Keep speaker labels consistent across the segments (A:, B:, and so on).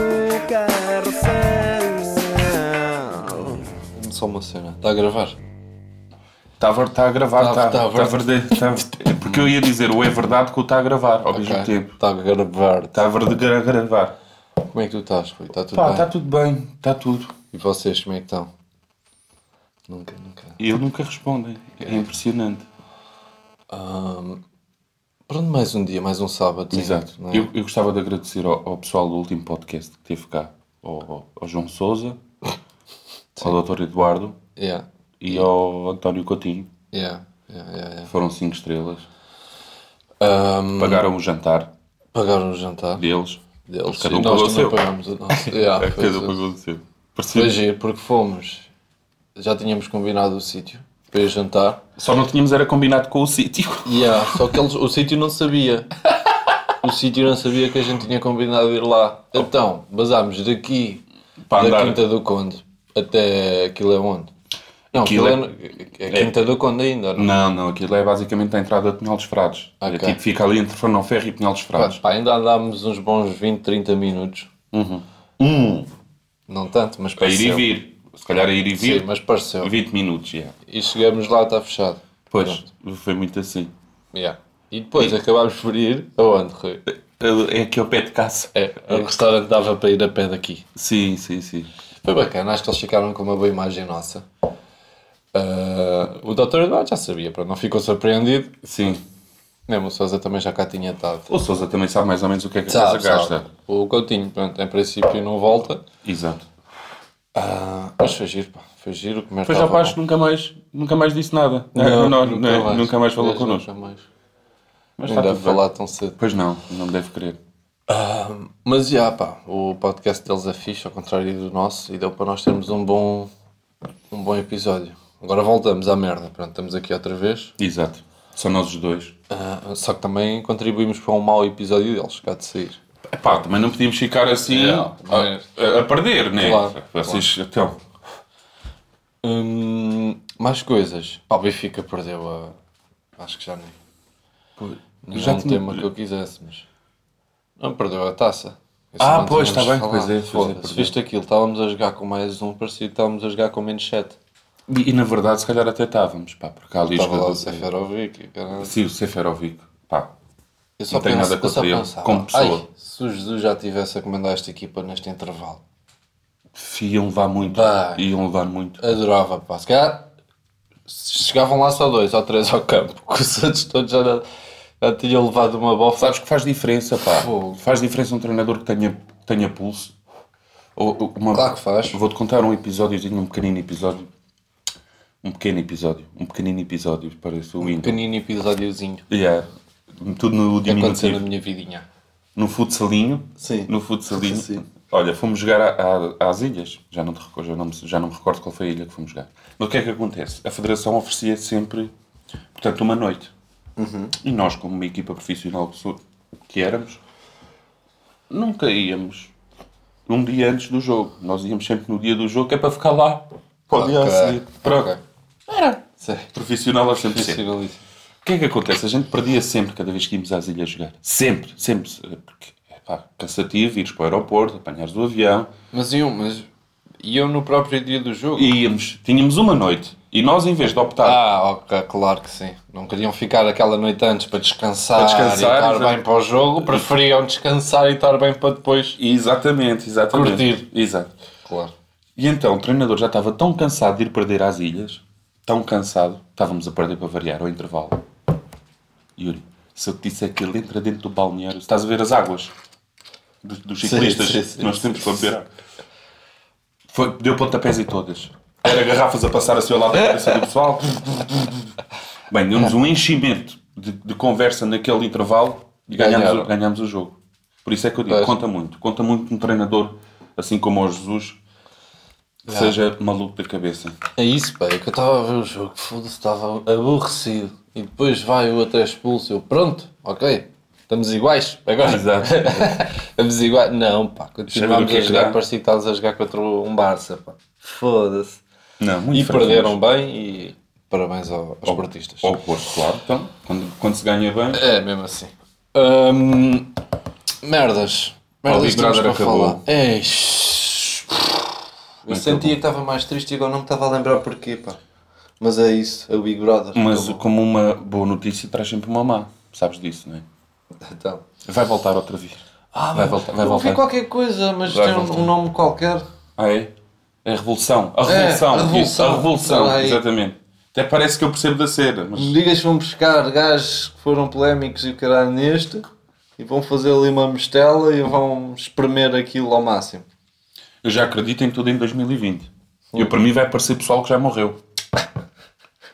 A: Está Tá a gravar?
B: Está a, ver- tá a gravar,
A: Tá-
B: está
A: tá a ver-
B: tá a verde- tá- é Porque eu ia dizer o é verdade com o está a gravar ao mesmo tempo.
A: Está Tá a gravar.
B: Está a verde a gravar.
A: Como é que tu estás, Rui? Está tudo
B: Pá, tá.
A: bem?
B: está tudo bem, está tudo.
A: E vocês, como é que estão? Nunca, nunca.
B: E eu nunca respondo, é impressionante.
A: Pronto, mais um dia, mais um sábado.
B: Exato.
A: não é?
B: Eu, eu gostava de agradecer ao, ao pessoal do último podcast que teve cá, ao, ao- ao João Souza, ao Dr. Eduardo
A: Yeah,
B: e ao António Coutinho.
A: yeah, yeah, yeah, yeah.
B: Foram cinco estrelas.
A: Ahm,
B: Pagaram o jantar
A: pagaram o jantar
B: deles.
A: deles.
B: Cada um
A: e nós
B: pagou o
A: também
B: seu.
A: pagámos o nosso. Yeah,
B: É,
A: foi,
B: cada um
A: foi,
B: pagou o seu. Parecia-
A: foi giro, porque fomos. Já tínhamos combinado o sítio para ir jantar.
B: Só não tínhamos era combinado com o sítio.
A: Yeah, só que eles, o sítio não sabia. O sítio não sabia que a gente tinha combinado ir lá. Então, basámos daqui
B: Para
A: da
B: andar.
A: Quinta do Conde até aquilo é onde? Não, aquilo,
B: Aquilo
A: é, é Quinta do Conde ainda, não?
B: Não, não, aquilo é basicamente a entrada de Pinhal dos Frades.
A: Ok.
B: É tipo, fica ali entre Fernão Ferro e Pinhal dos Frades.
A: Pá, ainda andámos uns bons 20, 30 minutos. Uhum.
B: Um,
A: Não tanto, mas
B: a É ir e
A: pareceu.
B: vir. Se calhar a ir e vir,
A: Sim, mas pareceu.
B: 20 minutos, já.
A: E chegamos lá, está fechado.
B: Pois,
A: Pronto.
B: foi muito assim.
A: Yeah. E depois acabámos por ir aonde, Rui?
B: É que ao pé de caça.
A: É, o restaurante dava para ir a pé daqui.
B: Sim, sim, sim.
A: Foi bacana, acho que eles ficaram com uma boa imagem nossa. Ah, o Dr. Eduardo já sabia, pronto, não ficou surpreendido.
B: Sim.
A: Mesmo o Sousa também já cá tinha estado.
B: O Sousa também sabe mais ou menos o que é que a
A: Sabe,
B: casa
A: sabe.
B: gasta.
A: O Coutinho, pronto, em princípio não volta.
B: Exato.
A: Ah, mas foi giro, pá, foi giro. Comer
B: Pois já
A: tava
B: Paz nunca mais, nunca mais disse nada.
A: bom.
B: Tá Não, não,
A: nunca,
B: não,
A: mais.
B: nunca mais falou
A: Pois,
B: connosco.
A: Nunca mais.
B: Mas
A: Não
B: está
A: deve
B: tudo bem.
A: falar tão cedo.
B: Pois não, não deve querer.
A: Mas já, pá, o podcast deles é fixe, ao contrário do nosso, e deu para nós termos um bom, um bom episódio. Agora voltamos à merda, pronto, estamos aqui outra vez.
B: Exato. Só nós os dois.
A: Ah, só que também contribuímos para um mau episódio deles, cá de sair.
B: Epá, também não podíamos ficar assim
A: Yeah,
B: a, a- a perder, né?
A: é. Claro,
B: Vocês, então,
A: Hum, mais coisas. Pá, o Benfica perdeu a. Acho que já nem. Não já
B: já
A: um
B: tinha-
A: tema que eu quisesse, mas. Não perdeu a taça. Isso
B: Ah,
A: não
B: pois,
A: tínhamos
B: tá bem,
A: falado.
B: pois é, pois é,
A: Foda-se,
B: perdeu.
A: Viste aquilo, estávamos a jogar com mais um, parecia que estávamos a jogar com menos 7.
B: e, e na verdade, se calhar até estávamos, pá, porque há ali
A: Estava lá o
B: jogadores-
A: Seferovic. caralho.
B: Sim, o Seferovic, pá,
A: Eu só
B: Não tenho
A: penso-
B: nada
A: eu só
B: contra ele,
A: pensava,
B: como pessoa.
A: Ai, se o Jesus já tivesse a comandar esta equipa neste intervalo,
B: iam levar muito.
A: Pá.
B: Iam levar muito.
A: adorava, pá. Se calhar se chegavam lá só dois ou três ao campo, que os outros todos já, já tinham levado uma bofa.
B: Sabes que faz diferença, pá.
A: Fogo.
B: Faz diferença um treinador que tenha, tenha pulso. Ou, ou uma-
A: Claro que faz.
B: Vou-te contar um episódio, um pequenino episódio. Um pequeno episódio. Um pequenino episódio, parece o Windows.
A: Um pequenino episódiozinho
B: Yeah. Tudo no
A: que aconteceu
B: diminutivo.
A: na minha vidinha.
B: No futsalinho.
A: Sim.
B: No futsalinho.
A: Sim.
B: Olha, fomos jogar a- a- às ilhas. Já não, te recordo, já, não me, já não me recordo qual foi a ilha que fomos jogar. Mas o que é que acontece? A Federação oferecia sempre, portanto, uma noite.
A: Uhum.
B: E nós, como uma equipa profissional que sou- que éramos, nunca íamos um dia antes do jogo. Nós íamos sempre no dia do jogo, que é para ficar lá. Para o dia a
A: Ok.
B: seguir. Pronto.
A: Ok.
B: Era.
A: Sim.
B: Profissional aos 100%.
A: Profissionalíssimo.
B: O que é que acontece? A gente perdia sempre cada vez que íamos às ilhas jogar. Sempre, sempre. Porque é pá, cansativo ires para o aeroporto, apanhares o avião.
A: Mas iam, mas iam no próprio dia do jogo.
B: E íamos, tínhamos uma noite. E nós, em vez de optar
A: Ah, ok, claro que sim. Não queriam ficar aquela noite antes para descansar,
B: Para descansar,
A: e estar
B: exato.
A: bem para o jogo, preferiam descansar e estar bem para depois.
B: Exatamente, exatamente.
A: Curtir.
B: Exato.
A: Claro.
B: E então o treinador já estava tão cansado de ir perder às ilhas, tão cansado, estávamos a perder para variar ao intervalo. Yuri, se eu te disser que ele entra dentro do balneário, estás a ver as águas dos, dos
A: Sim,
B: ciclistas
A: sim, sim,
B: que nós temos
A: sim,
B: para beber. Foi, deu pontapés e todas. Era garrafas a passar a seu lado da cabeça do pessoal. Bem, deu-nos um enchimento de, de conversa naquele intervalo e ganhámos,
A: Ganharam.
B: o- ganhámos o jogo. Por isso é que eu digo,
A: Pois.
B: conta muito. Conta muito um treinador, assim como o Jesus, que seja maluco da cabeça.
A: É isso, pá, é que eu estava a ver o jogo, foda-se, estava aborrecido. E depois vai o outro é expulso, eu pronto, ok, estamos iguais agora.
B: Exato.
A: estamos iguais. Não, pá,
B: Sabe o
A: continuámos
B: que é
A: a
B: que
A: jogar,
B: dá?
A: parecia que estávamos a jogar contra um Barça, pá. Foda-se.
B: Não, muito
A: E
B: fraquinhos.
A: perderam bem e parabéns ao- aos portistas.
B: Ao oposto, claro. Então, quando, quando se ganha bem,
A: É, mesmo assim. Hum, merdas.
B: O
A: Merdas
B: Big
A: que temos
B: Brother
A: para
B: acabou.
A: falar. Ei, shhh. Eu sentia que estava mais triste e agora não me estava a lembrar porquê, pá. Mas é isso, é o Big Brother.
B: Mas
A: Acabou.
B: como uma boa notícia traz sempre uma má. Sabes disso, não é?
A: Então.
B: Vai voltar outra vez.
A: Ah,
B: Vai voltar, vai
A: eu ouvi
B: voltar.
A: qualquer coisa, mas
B: Vai
A: tem um-
B: voltar.
A: um nome qualquer.
B: Ah, é? É a revolução. A
A: É,
B: revolução.
A: a revolução.
B: Isso, a revolução.
A: Ah, é.
B: Exatamente. Até parece que eu percebo da cera, mas...
A: Me digas que vão buscar gajos que foram polémicos e o caralho neste e vão fazer ali uma mistela e vão espremer aquilo ao máximo.
B: Eu já acredito em tudo em 2020. E para mim vai parecer pessoal que já morreu.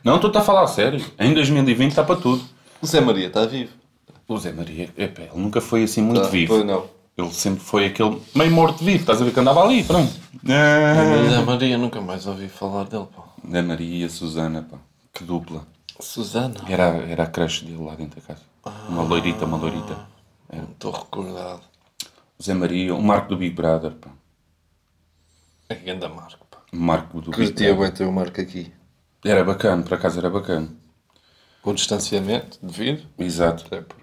B: Não, tu está a falar a sério. Em 2020 está para tudo.
A: O Zé Maria está vivo.
B: O Zé Maria, epá, ele nunca foi assim muito
A: Tá,
B: vivo.
A: Pois não.
B: Ele sempre foi aquele meio morto vivo. Estás a ver que andava ali, pronto. Ah.
A: Zé Maria, nunca mais ouvi falar dele, pá.
B: Zé Maria, Susana, pá. Que dupla.
A: Susana?
B: Era, era a crush dele lá dentro da casa. Uma
A: Ah.
B: loirita, uma loirita.
A: Não estou É, recordado.
B: O Zé Maria, o Marco do Big Brother, pá.
A: É que anda Marco, pá.
B: O Marco do Big
A: Curti
B: Brother.
A: aguentar o Marco aqui.
B: Era bacana, por acaso era bacana.
A: Com o distanciamento devido.
B: Exato.
A: É por,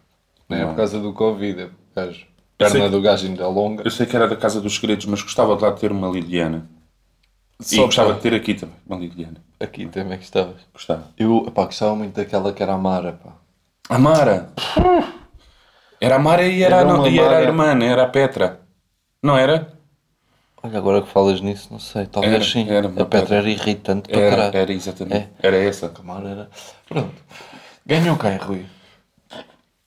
A: não é por causa do Covid, é por gajo. Perna
B: Sim.
A: do gajo ainda longa.
B: Eu sei que era da Casa dos Segredos, mas gostava de lá ter uma Liliana. E
A: Só
B: gostava
A: para-
B: de ter aqui também, uma Liliana.
A: Aqui também que estavas.
B: Gostava.
A: Eu, pá, gostava muito daquela que era a Mara, pá.
B: A Mara! Era a Mara e era,
A: Era
B: a,
A: uma
B: no- e era a
A: Mara.
B: irmã, né? era a Petra. Não era?
A: Olha, agora que falas nisso, não sei, talvez
B: Era,
A: sim.
B: era,
A: a Petra era irritante para
B: Era,
A: Então, caralho. É.
B: era exatamente. Era essa.
A: Camara era. Pronto. Ganhou quem, Rui?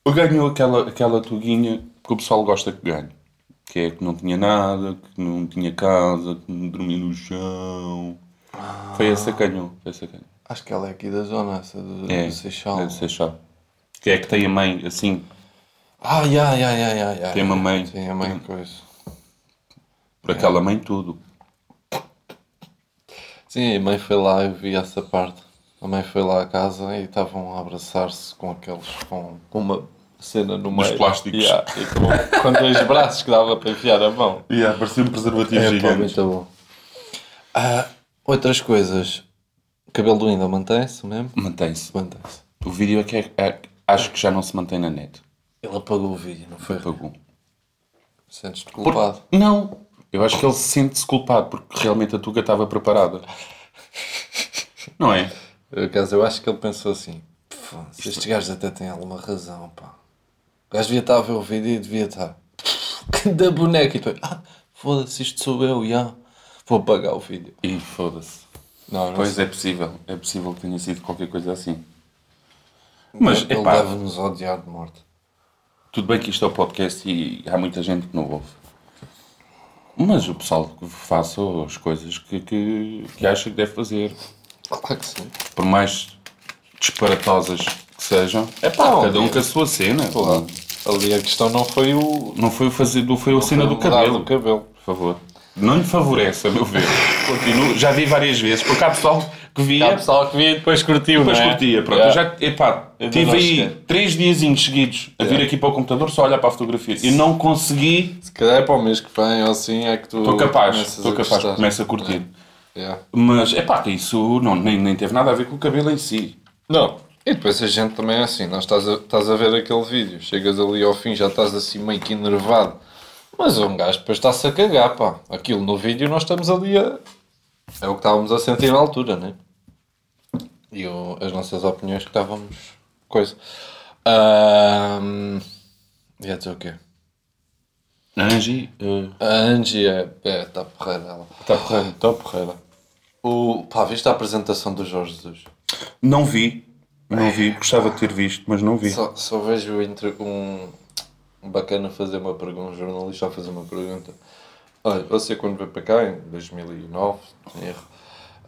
B: Eu ganho aquela, aquela tuguinha que o pessoal gosta que ganhe. Que é que não tinha nada, que não tinha casa, que não dormia no chão. Foi essa que ganhou. Foi essa que ganhou.
A: Acho que ela é aqui da zona, essa do,
B: É,
A: do Seixal.
B: é do Seixal. Que é que tem a mãe, assim,
A: Ai, ai, ai, ai, ai, ai.
B: Tem uma mãe.
A: Tem a mãe, coisa. É.
B: por aquela mãe tudo.
A: Sim, a mãe foi lá, eu vi essa parte. A mãe foi lá à casa e estavam a abraçar-se com aqueles. com, com uma cena no meio.
B: plásticos.
A: Yeah, e com, com dois braços que dava para enfiar a mão.
B: E yeah, parecia um preservativo
A: É, pá, muito bom. Ah, outras coisas. O cabelo do ainda mantém-se mesmo?
B: Uhum. Mantém-se.
A: Mantém-se.
B: O vídeo é que é- é- acho que já não se mantém na net.
A: Ele apagou o vídeo, não foi?
B: Apagou.
A: Sentes-te culpado.
B: Não. Eu acho que ele se sente-se culpado porque realmente a Tuga estava preparada. Não é?
A: Por acaso, eu acho que ele pensou assim: "Pô, se estes gajos até têm alguma razão, pá. O gajo devia estar a ver o vídeo e devia estar. "Que Da boneca e tu, ah, foda-se, isto sou eu, já. Vou apagar o vídeo.
B: E foda-se.
A: Não, não
B: Pois é possível. É possível que tenha sido qualquer coisa assim. é, Mas,
A: ele
B: epá,
A: deve-nos odiar de morte.
B: tudo bem que isto é o podcast e há muita gente que não ouve. Mas o pessoal que faça as coisas que, que, que acha que deve fazer.
A: Claro que sim.
B: por mais disparatosas que sejam, é pá,
A: Não,
B: cada um
A: é.
B: com a sua cena.
A: Claro. Ali a questão não foi o.
B: Não foi o fazer do, foi a cena do
A: mudar
B: cabelo,
A: do cabelo.
B: por favor. Não lhe favorece, a meu ver. Continuo, já vi várias vezes, porque há pessoal que via,
A: Há pessoal que via e depois curtiu,
B: depois
A: não é?
B: curtia. Pronto,
A: Yeah.
B: eu já, epá,
A: Ainda
B: tive
A: não é.
B: aí
A: cheguei.
B: três diazinhos seguidos a vir aqui para o computador só olhar para a fotografia. E não consegui,
A: Se calhar é para o mês que vem ou assim é que tu.
B: estou capaz,
A: começas
B: estou
A: a
B: capaz,
A: gostar.
B: começo a curtir.
A: Yeah.
B: Mas, é pá, isso não, nem, nem teve nada a ver com o cabelo em si.
A: Não. E depois a gente também é assim, nós estás a, estás a ver aquele vídeo, chegas ali ao fim, já estás assim meio que enervado. Mas um gajo depois está-se a cagar, pá. Aquilo no vídeo nós estamos ali a. É o que estávamos a sentir na altura, né? E o- as nossas opiniões que estávamos. coisa. Ahm, Ia dizer o quê?
B: Angie, eh,
A: A Angie é. é, está porreira ela.
B: está porrando.
A: Está porreira. O, pá, viste a apresentação do Jorge Jesus?
B: Não vi. Não vi. Gostava de ter visto, mas não vi.
A: Só, só vejo entre um, um bacana fazer uma pergunta, um jornalista a fazer uma pergunta. Olha, você quando veio para cá, em 2009, se não erro,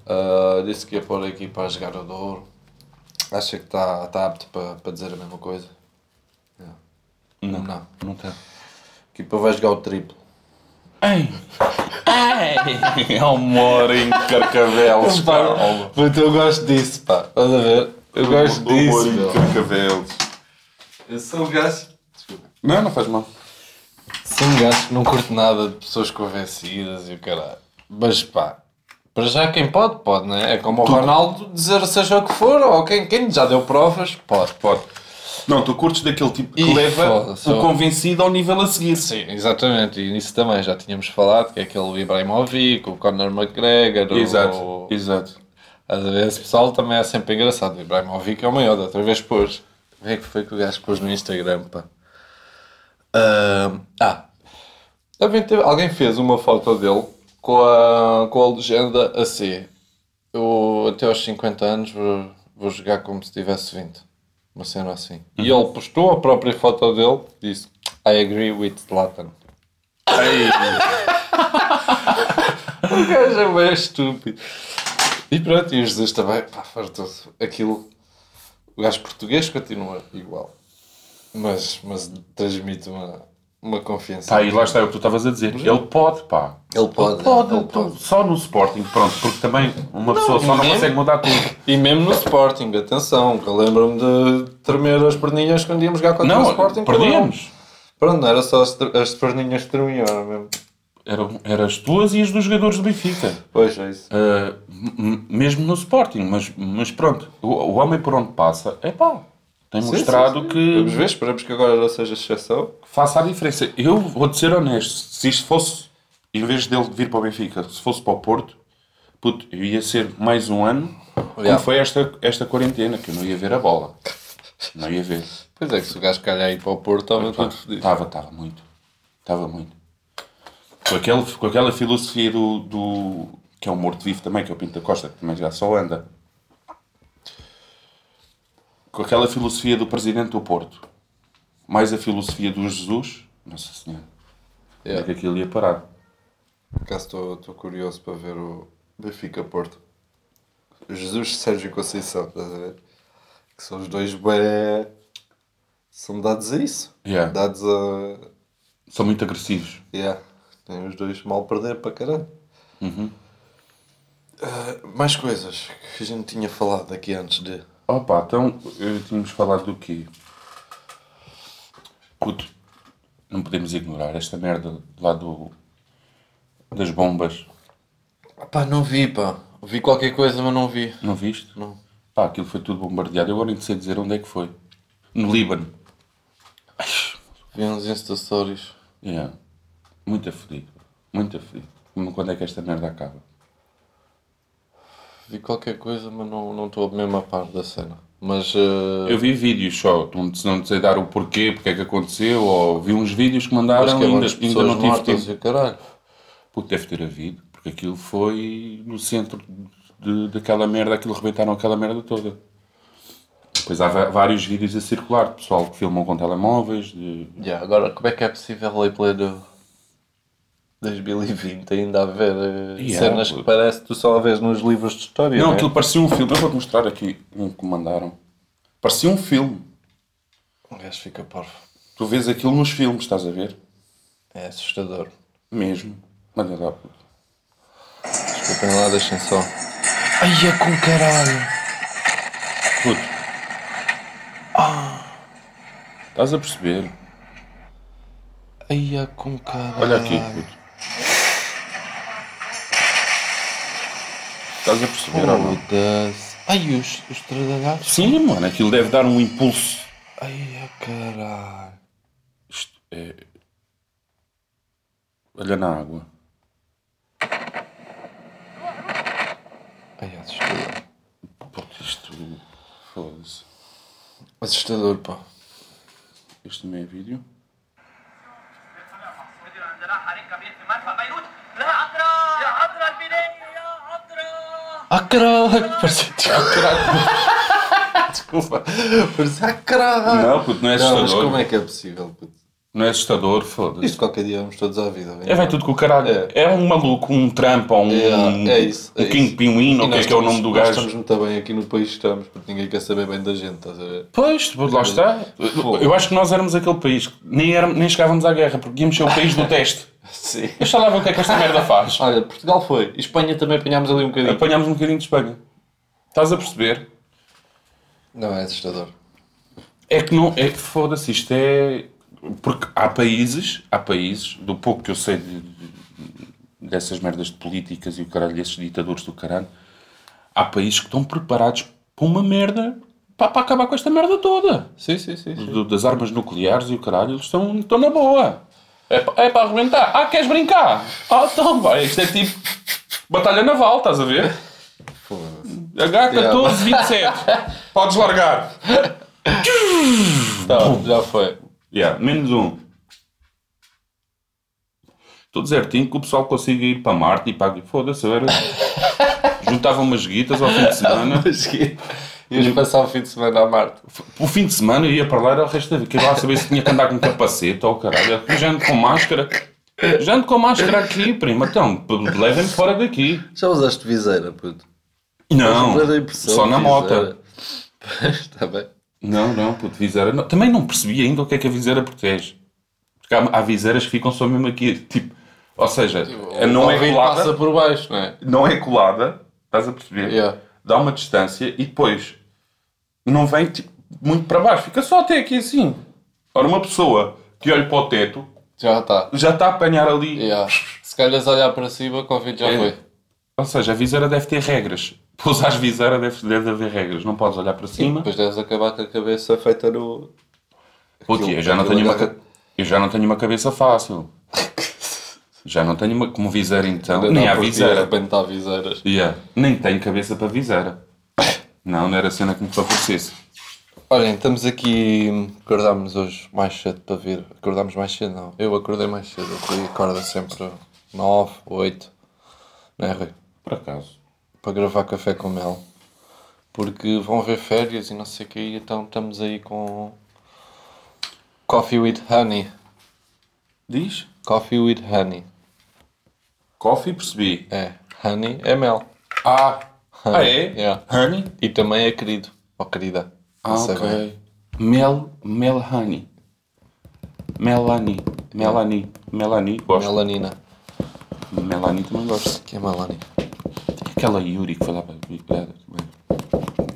A: ah, disse que ia pôr a equipa a jogar o Douro. Acha que está tá apto para, para dizer a mesma coisa? Não. Não.
B: Não está.
A: A equipa vai jogar o triplo.
B: Ai! Ai! É um moro em carcavelos. calma.
A: Puta, eu gosto disso, pá. Estás a ver? Eu gosto
B: Um humor
A: disso,
B: em
A: meu.
B: carcavelos.
A: Eu sou um gajo... Desculpa.
B: Não, não faz mal.
A: Sou um gajo que não curto nada de pessoas convencidas e o caralho. Mas pá, para já quem pode, pode, não é? É como o Ronaldo dizer seja o que for, ou quem, quem já deu provas, pode.
B: Pode. Não, tu curtes daquele tipo que
A: Ih,
B: leva
A: foda-se.
B: o convencido ao nível a seguir.
A: Sim, exatamente. E nisso também já tínhamos falado, que é aquele Ibrahimovic, o Conor McGregor,
B: Exato,
A: o...
B: exato.
A: Às vezes esse pessoal também é sempre engraçado. O Ibrahimovic é o maior, da outra vez pôs. Como é que foi que o gajo pôs no Instagram, pá? Ahm, ah, alguém, teve- alguém fez uma foto dele com a, com a legenda assim. Eu até aos 50 anos vou, vou jogar como se tivesse 20. Uma cena assim. E
B: Uhum.
A: ele postou a própria foto dele e disse I agree with Zlatan. O gajo é bem estúpido. E pronto, e o Jesus também, pá, fartou-se. Aquilo, o gajo português continua igual. Mas, mas transmite uma, uma confiança.
B: Tá, e lá está é o que tu estavas a dizer. Ele pode, pá.
A: Ele pode.
B: Pode,
A: ele
B: tu- só no Sporting, pronto, porque também uma pessoa só não
A: ninguém-
B: consegue mudar tudo.
A: E mesmo no Sporting, atenção, que eu lembro-me de tremer as perninhas quando íamos jogar contra o
B: Não,
A: Sporting.
B: perdíamos.
A: Pronto, não era só as, tre- as perninhas que tremiam, era mesmo.
B: Eram, eram as tuas e as dos jogadores do Benfica.
A: Pois é isso.
B: Uh, m- m- mesmo no Sporting, mas, mas pronto, o, o homem por onde passa, é pá, tem mostrado
A: Vamos
B: que
A: ver, esperamos que agora não seja exceção.
B: faça a diferença. Eu vou-te ser honesto, se isto fosse, em vez dele vir para o Benfica, se fosse para o Porto, puto, eu ia ser mais um ano,
A: Yeah.
B: como foi esta, esta quarentena, que eu não ia ver a bola. Não ia ver.
A: Pois é, que se o gajo calhar ir para o Porto, estava tudo fodido.
B: Estava, estava muito. Estava muito. Com, aquele, com aquela filosofia do, do- que é um morto-vivo também, que é o Pinto da Costa, que também já só anda. Com aquela filosofia do presidente do Porto, mais a filosofia do Jesus, Nossa Senhora, onde é que aquilo ia parar?
A: Por acaso estou- estou curioso para ver o Benfica Porto. Jesus Sérgio Conceição, estás a ver? Que são os dois bem. São dados a isso.
B: Yeah.
A: Dados a.
B: São muito agressivos.
A: Yeah. Tem os dois mal perder para caralho.
B: Uhum.
A: Ah, mais coisas que a gente tinha falado aqui antes de.
B: Opa, então eh, tínhamos falado do quê? Puto, não podemos ignorar esta merda lá do, das bombas.
A: Pá, não vi, pá. Vi qualquer coisa, mas não vi.
B: Não viste?
A: Não.
B: Pá, aquilo foi tudo bombardeado. Eu agora nem sei dizer onde é que foi. No Líbano.
A: Vi uns Insta Stories.
B: Yeah. Muito aflido. Muito aflido. Como quando é que esta merda acaba?
A: Vi qualquer coisa, mas não não estou mesmo a par da cena. Mas. ah,
B: Eu vi vídeos só, não, te- não te sei dar o porquê, porque é que aconteceu, ou vi uns vídeos que mandaram
A: Acho que é
B: ainda,
A: onde
B: ainda não tive tempo.
A: e o caralho.
B: Puto, deve ter havido, porque aquilo foi no centro de, daquela merda, aquilo rebentaram aquela merda toda. Pois há va- vários vídeos a circular, de pessoal que filmam com telemóveis, de,
A: Yeah, agora, como é que é possível em pleno 2020 ainda haver eh,
B: Yeah,
A: cenas que
B: puto.
A: parece que tu só vês nos livros de história?
B: Não,
A: né?
B: aquilo parecia um filme. Eu vou-te mostrar aqui um que mandaram. Parecia um filme.
A: O gajo fica parvo.
B: Tu vês aquilo nos filmes, estás a ver?
A: É assustador.
B: Mesmo. Olha lá. puto.
A: Desculpem lá, deixem só. Ai, é com caralho!
B: Puto. Estás a perceber?
A: Ai, é com caralho!
B: Olha aqui, puto. Estás a perceber ou não?
A: Foda-se. Ai, os, os tradalhados.
B: Sim, mano. Aquilo deve dar um impulso.
A: Ai, é caralho.
B: Isto é... Olha na água.
A: Ai, é assustador.
B: Puto, isto... Foda-se.
A: Assustador, pá.
B: Este também é vídeo.
C: السعودي عندنا حريق كبير في مرفأ بيروت لا عذرا يا عذرا البنية يا عذرا
A: Ah, caralho! Parecia um Desculpa. Parecia ah, caralho!
B: Não, puto, não é
A: Não, mas
B: assustador.
A: como é que é possível? puto?
B: Não é assustador, foda-se.
A: Isto qualquer dia vamos todos à vida.
B: É, vai tudo com o caralho. É, um maluco, um Trump ou um,
A: É, é isso, é
B: um
A: isso.
B: King Pinguim, ou o que é que é o nome do gajo.
A: Estamos muito bem aqui no país que estamos, porque ninguém quer saber bem da gente, estás a ver?
B: Pois, tipo, lá está. Eu acho que nós éramos aquele país que nem, éramos- nem chegávamos à guerra, porque íamos ser o país do teste.
A: Sim.
B: Deixa lá ver o que é que esta merda faz.
A: Olha, Portugal foi. E Espanha também apanhámos ali um bocadinho.
B: Apanhámos um bocadinho de Espanha. Estás a perceber?
A: Não, é assustador.
B: É que não. É que foda-se, isto é. Porque há países, há países, do pouco que eu sei de- de- dessas merdas de políticas e o caralho, esses ditadores do caralho, há países que estão preparados para uma merda pá, para acabar com esta merda toda.
A: Sim, sim, sim. sim.
B: Do- das armas nucleares e o caralho, eles estão, estão na boa. É, pa- é para arrebentar. Ah, queres brincar? Ah, então vai. Isto é tipo batalha naval, estás a ver?
A: Foda-se.
B: H1427. Podes largar.
A: Tá, já foi.
B: Yeah, menos um. Estou desertinho que o pessoal consiga ir para Marte e para. Foda-se, eu era. Juntava umas guitas ao fim de semana.
A: Mas que... Ias passar o fim de semana a Marte.
B: O fim de semana eu ia para lá, era o resto da vida. Queria lá saber se tinha que andar com um capacete ou caralho. Eu já ando com máscara. Já ando com máscara aqui, primo. Então, p- levem-me fora daqui.
A: Já usaste viseira, puto?
B: Não,
A: Primeira impressão,
B: só na moto.
A: viseira. Está tá bem.
B: Não, não, puto, viseira. não. Também não percebi ainda o que é que a viseira protege. Porque há, há viseiras que ficam só mesmo aqui, tipo. Ou seja, não é
A: Tipo, Alguém
B: colada.
A: passa por baixo, não é?
B: não é colada, estás a perceber?
A: Yeah.
B: Dá uma distância e depois não vem tipo, muito para baixo, fica só até aqui assim. Ora, uma pessoa que olha para o teto
A: Já está.
B: já está a apanhar ali.
A: Yeah. Se calhas olhar para cima, o convite já
B: É.
A: foi.
B: Ou seja, a viseira deve ter regras. Para usar viseira deve, deve haver regras. Não podes olhar para cima.
A: Depois deves acabar com a cabeça feita no.
B: Puto, eu, já não
A: aquilo
B: tenho uma,
A: agarra-
B: ca- eu já não tenho uma cabeça fácil. Já não tenho uma. Como viseira então. Nem há
A: De
B: viseira.
A: repente há viseiras.
B: Yeah. Nem tenho cabeça para viseira. Não, não era a cena que me favorecesse.
A: Olhem, estamos aqui. Acordámos hoje mais cedo para vir. Acordámos mais cedo, não. Eu acordei mais cedo. O Rui acorda sempre 9, 8. Não é, Rui?
B: Por acaso.
A: Para gravar café com mel. Porque vão ver férias e não sei o que. Então estamos aí com. Coffee with honey.
B: Diz?
A: Coffee with honey.
B: Coffee, percebi.
A: É. Honey é mel.
B: Ah, ah é?
A: Yeah.
B: Honey?
A: E também é querido. Ou querida.
B: Ah,
A: Não sei
B: ok.
A: bem.
B: Mel, mel honey. Melanie. Melanie. Melanie, gosto.
A: Melanina.
B: Melanie também gosto.
A: Que é Melanie?
B: Aquela Yuri que foi lá para Big Brother também.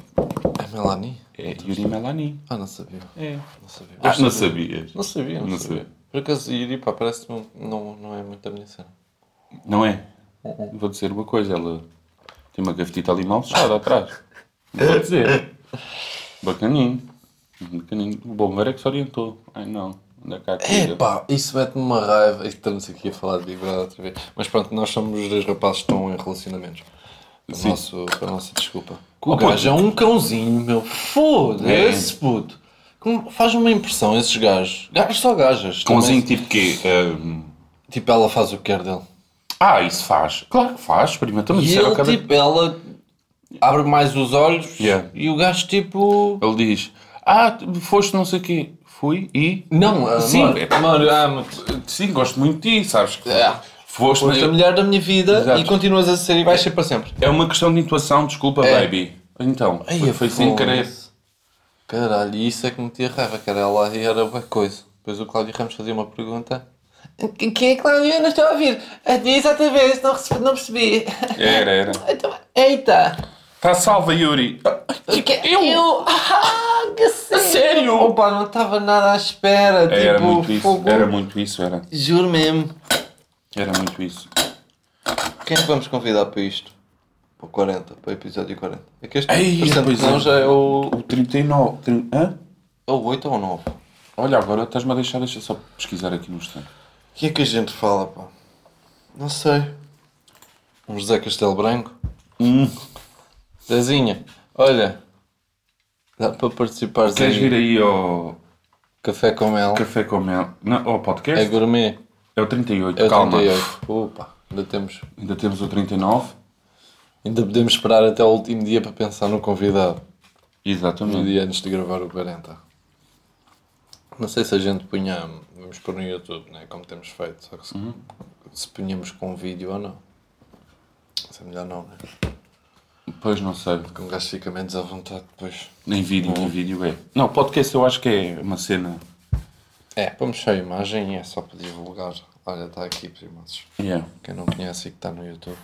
A: É Melanie?
B: É Yuri Melanie.
A: Ah, não sabia.
B: É.
A: Não sabia.
B: Ah, não sabias.
A: Não sabia, não,
B: Não
A: sabia.
B: sabia.
A: Por acaso, Yuri, pá, parece que não, não, não é muito da minha cena.
B: Não é?
A: Um,
B: Vou dizer uma coisa, ela tem uma gavetita ali mal fechada atrás. Vou dizer. Bacaninho. Um Bacaninho. O bombeiro é que se orientou. Ai não. Anda cá, querida.
A: Epá, isso mete-me uma raiva. Estamos aqui a falar de Big Brother outra vez. Mas pronto, nós somos os dois rapazes que estão em relacionamentos. O
B: Sim.
A: nosso, a nossa desculpa.
B: Com
A: O
B: o
A: gajo é um cãozinho, meu. Foda-se, puto. Como- Faz uma impressão esses gajos. Gajos só gajas.
B: Cãozinho
A: Também-
B: tipo quê? Ahm,
A: Tipo, ela faz o que quer dele.
B: Ah, isso faz. Claro que faz, prima. Então,
A: E
B: isso era
A: ele,
B: o cada...
A: tipo, ela abre mais os olhos
B: Yeah.
A: e o gajo, tipo...
B: Ele diz, ah, tu foste não sei o quê. Fui e...
A: Não, ah,
B: Sim,
A: amor,
B: é-
A: amor, amo-te.
B: Sim, gosto muito de ti, sabes? Que
A: Ah,
B: foste...
A: Foste a mulher da minha vida
B: Exato.
A: e continuas a ser e vais ser para sempre.
B: É uma questão de intuação, desculpa,
A: É.
B: baby. Então, foi, foi sem
A: foda-se.
B: querer.
A: Caralho, e isso é que me tinha raiva, cara. Ela era uma coisa. Depois o Cláudio Ramos fazia uma pergunta. Quem que é Cláudio? Eu não estou a ouvir. Ah, Diz outra vez, não, rece- não percebi.
B: Era, era.
A: Então, Eita!
B: Está salva, Yuri. Ah,
A: Tipo, Eu? Ah, que sério?
B: sério?
A: Opa, não estava nada à espera.
B: Era
A: tipo,
B: muito isso,
A: fogo.
B: era muito isso, era.
A: Juro mesmo.
B: Era muito isso.
A: Quem é que vamos convidar para isto? Para o 40, para o episódio 40. É que este
B: Ei,
A: portanto,
B: pois é.
A: não já é o,
B: O 39... Trin... Hã?
A: é o 8 ou o 9.
B: Olha, agora estás-me a deixar, deixa só pesquisar aqui no instante.
A: O que é que a gente fala, pá? Não sei. Um José Castelo Branco?
B: Hum.
A: Zezinha, olha. Dá para participares
B: Queres
A: em
B: vir aí ao
A: Café com Mel?
B: Café com Mel? Não, ao
A: É
B: podcast?
A: gourmet.
B: É o 38,
A: É o
B: calma.
A: 38. Opa, ainda temos.
B: Ainda temos o 39.
A: Ainda podemos esperar até o último dia para pensar no convidado. No
B: Exatamente.
A: dia antes de gravar o 40. Não sei se a gente punha. Vamos pôr no YouTube, né? Como temos feito. Só que se,
B: Uhum.
A: se punhamos com vídeo ou não. Mas é melhor não, né?
B: Pois não sei.
A: Porque um gajo fica menos à vontade depois.
B: Nem vídeo, nem vídeo é. Não, podcast eu acho que é uma cena.
A: É, vamos só a imagem e é só para divulgar. Olha, está aqui, primos.
B: Yeah.
A: Quem não conhece e que está no YouTube.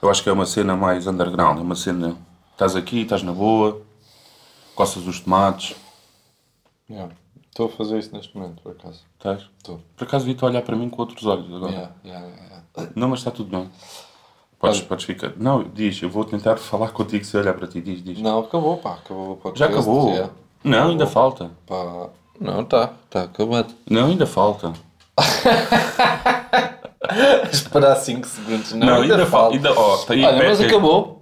B: Eu acho que é uma cena mais underground. É uma cena. Estás aqui, estás na boa, coças os tomates.
A: Yeah. Estou a fazer isso neste momento, por acaso.
B: Estás?
A: Estou.
B: Por acaso vi-te a olhar para mim com outros olhos agora.
A: Yeah, yeah, yeah, yeah.
B: Não, mas está tudo bem. Podes,
A: Olha.
B: podes ficar. Não, diz, eu vou tentar falar contigo se eu olhar para ti. Diz, diz.
A: Não, acabou, pá, acabou o podcast.
B: Já acabou?
A: já.
B: Não, ainda falta.
A: Pá, não, tá, tá acabado.
B: Não, ainda falta.
A: Esperar 5 segundos, não,
B: Não,
A: ainda,
B: ainda
A: falta.
B: falta. Ainda, ó, tá aí,
A: Olha, mas
B: pede-
A: acabou.